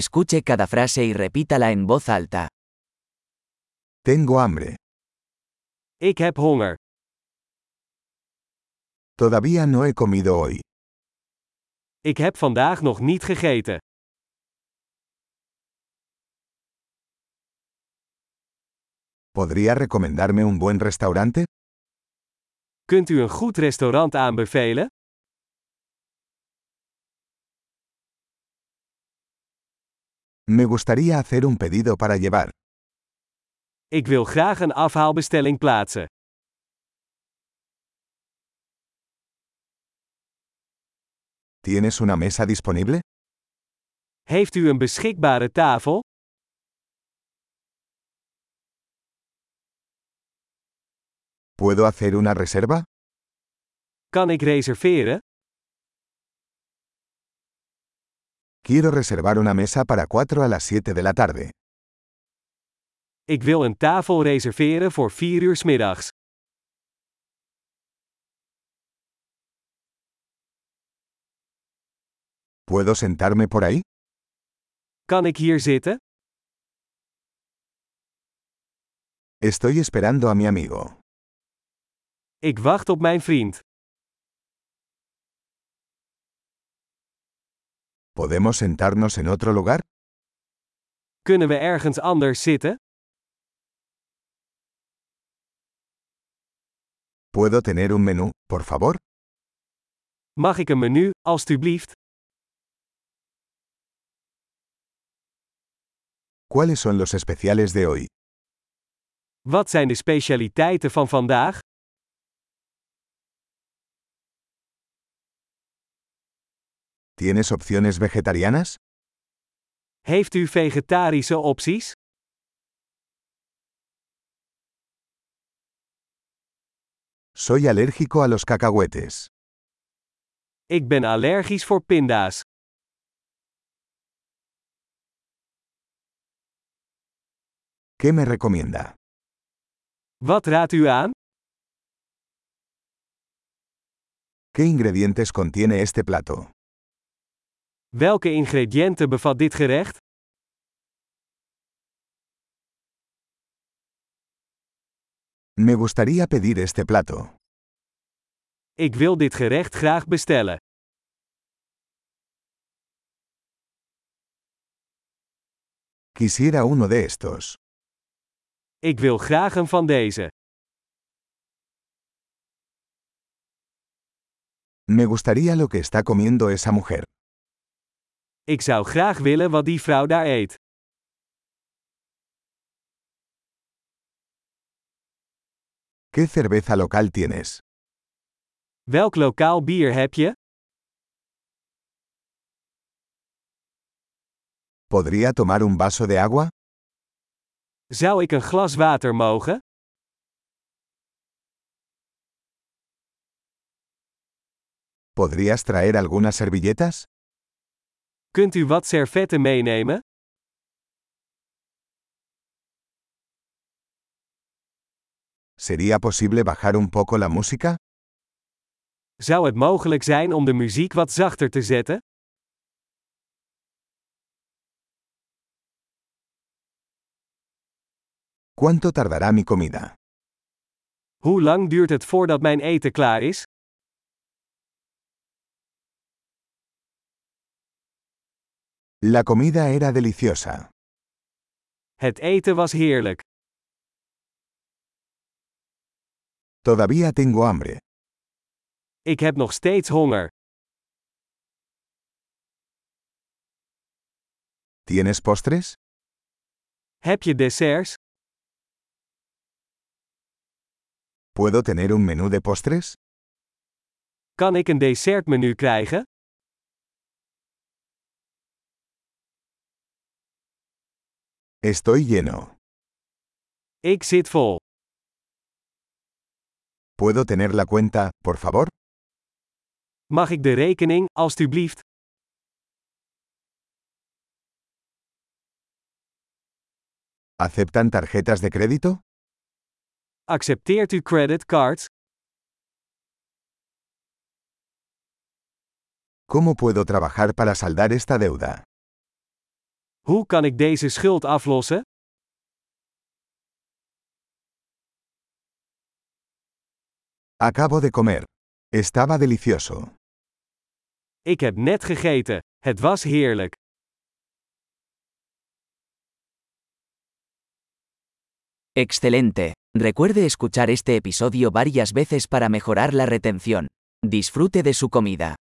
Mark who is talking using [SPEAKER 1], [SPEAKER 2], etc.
[SPEAKER 1] Escuche cada frase y repítala en voz alta.
[SPEAKER 2] Tengo hambre.
[SPEAKER 3] Ik heb honger.
[SPEAKER 2] Todavía no he comido hoy.
[SPEAKER 3] Ik heb vandaag nog niet gegeten.
[SPEAKER 2] ¿Podría recomendarme un buen restaurante?
[SPEAKER 3] Kunt u een goed restaurant aanbevelen?
[SPEAKER 2] Me gustaría hacer un pedido para llevar.
[SPEAKER 3] Ik wil graag een afhaalbestelling plaatsen.
[SPEAKER 2] ¿Tienes una mesa disponible?
[SPEAKER 3] Heeft u een beschikbare tafel?
[SPEAKER 2] ¿Puedo hacer una reserva?
[SPEAKER 3] Kan ik reserveren?
[SPEAKER 2] Quiero reservar una mesa para 4 a las 7 de la tarde.
[SPEAKER 3] Ik wil een tafel reserveren voor 4 uur 's middags.
[SPEAKER 2] ¿Puedo sentarme por ahí?
[SPEAKER 3] Kan ik hier zitten?
[SPEAKER 2] Estoy esperando a mi amigo.
[SPEAKER 3] Ik wacht op mijn vriend.
[SPEAKER 2] ¿Podemos sentarnos en otro lugar?
[SPEAKER 3] Kunnen we ergens anders zitten?
[SPEAKER 2] ¿Puedo tener un menú, por favor?
[SPEAKER 3] Mag ik een menu, alstublieft?
[SPEAKER 2] ¿Cuáles son los especiales de hoy?
[SPEAKER 3] Wat zijn de specialiteiten van vandaag?
[SPEAKER 2] ¿Tienes opciones vegetarianas?
[SPEAKER 3] Heeft u vegetarische opties?
[SPEAKER 2] Soy alérgico a los cacahuetes.
[SPEAKER 3] Ik ben allergisch voor pinda's.
[SPEAKER 2] ¿Qué me recomienda?
[SPEAKER 3] Wat raadt u aan?
[SPEAKER 2] ¿Qué ingredientes contiene este plato?
[SPEAKER 3] Welke ingrediënten bevat dit gerecht?
[SPEAKER 2] Me gustaría pedir este plato.
[SPEAKER 3] Ik wil dit gerecht graag bestellen.
[SPEAKER 2] Quisiera uno de estos.
[SPEAKER 3] Ik wil graag een van deze.
[SPEAKER 2] Me gustaría lo que está comiendo esa mujer.
[SPEAKER 3] Ik zou graag willen wat die vrouw daar eet.
[SPEAKER 2] ¿Qué cerveza local tienes?
[SPEAKER 3] Welk lokaal bier heb je?
[SPEAKER 2] ¿Podría tomar un vaso de agua?
[SPEAKER 3] Zou ik een glas water mogen?
[SPEAKER 2] ¿Podrías traer algunas servilletas?
[SPEAKER 3] Kunt u wat servetten meenemen?
[SPEAKER 2] ¿Sería posible bajar un poco la música?
[SPEAKER 3] Zou het mogelijk zijn om de muziek wat zachter te zetten?
[SPEAKER 2] ¿Cuánto tardará mi comida?
[SPEAKER 3] Hoe lang duurt het voordat mijn eten klaar is?
[SPEAKER 2] La comida era deliciosa.
[SPEAKER 3] Het eten was heerlijk.
[SPEAKER 2] Todavía tengo hambre.
[SPEAKER 3] Ik heb nog steeds honger.
[SPEAKER 2] ¿Tienes postres?
[SPEAKER 3] Heb je desserts?
[SPEAKER 2] ¿Puedo tener un menú de postres?
[SPEAKER 3] Kan ik een dessertmenu krijgen?
[SPEAKER 2] Estoy lleno.
[SPEAKER 3] Ik zit vol.
[SPEAKER 2] ¿Puedo tener la cuenta, por favor?
[SPEAKER 3] Mag ik de rekening, alstublieft?
[SPEAKER 2] ¿Aceptan tarjetas de crédito?
[SPEAKER 3] Accepteert u creditcards?
[SPEAKER 2] ¿Cómo puedo trabajar para saldar esta deuda?
[SPEAKER 3] Hoe kan ik deze schuld aflossen?
[SPEAKER 2] Acabo de comer. Estaba delicioso.
[SPEAKER 3] Ik heb net gegeten. Het was heerlijk.
[SPEAKER 1] Excelente. Recuerde escuchar este episodio varias veces para mejorar la retención. Disfrute de su comida.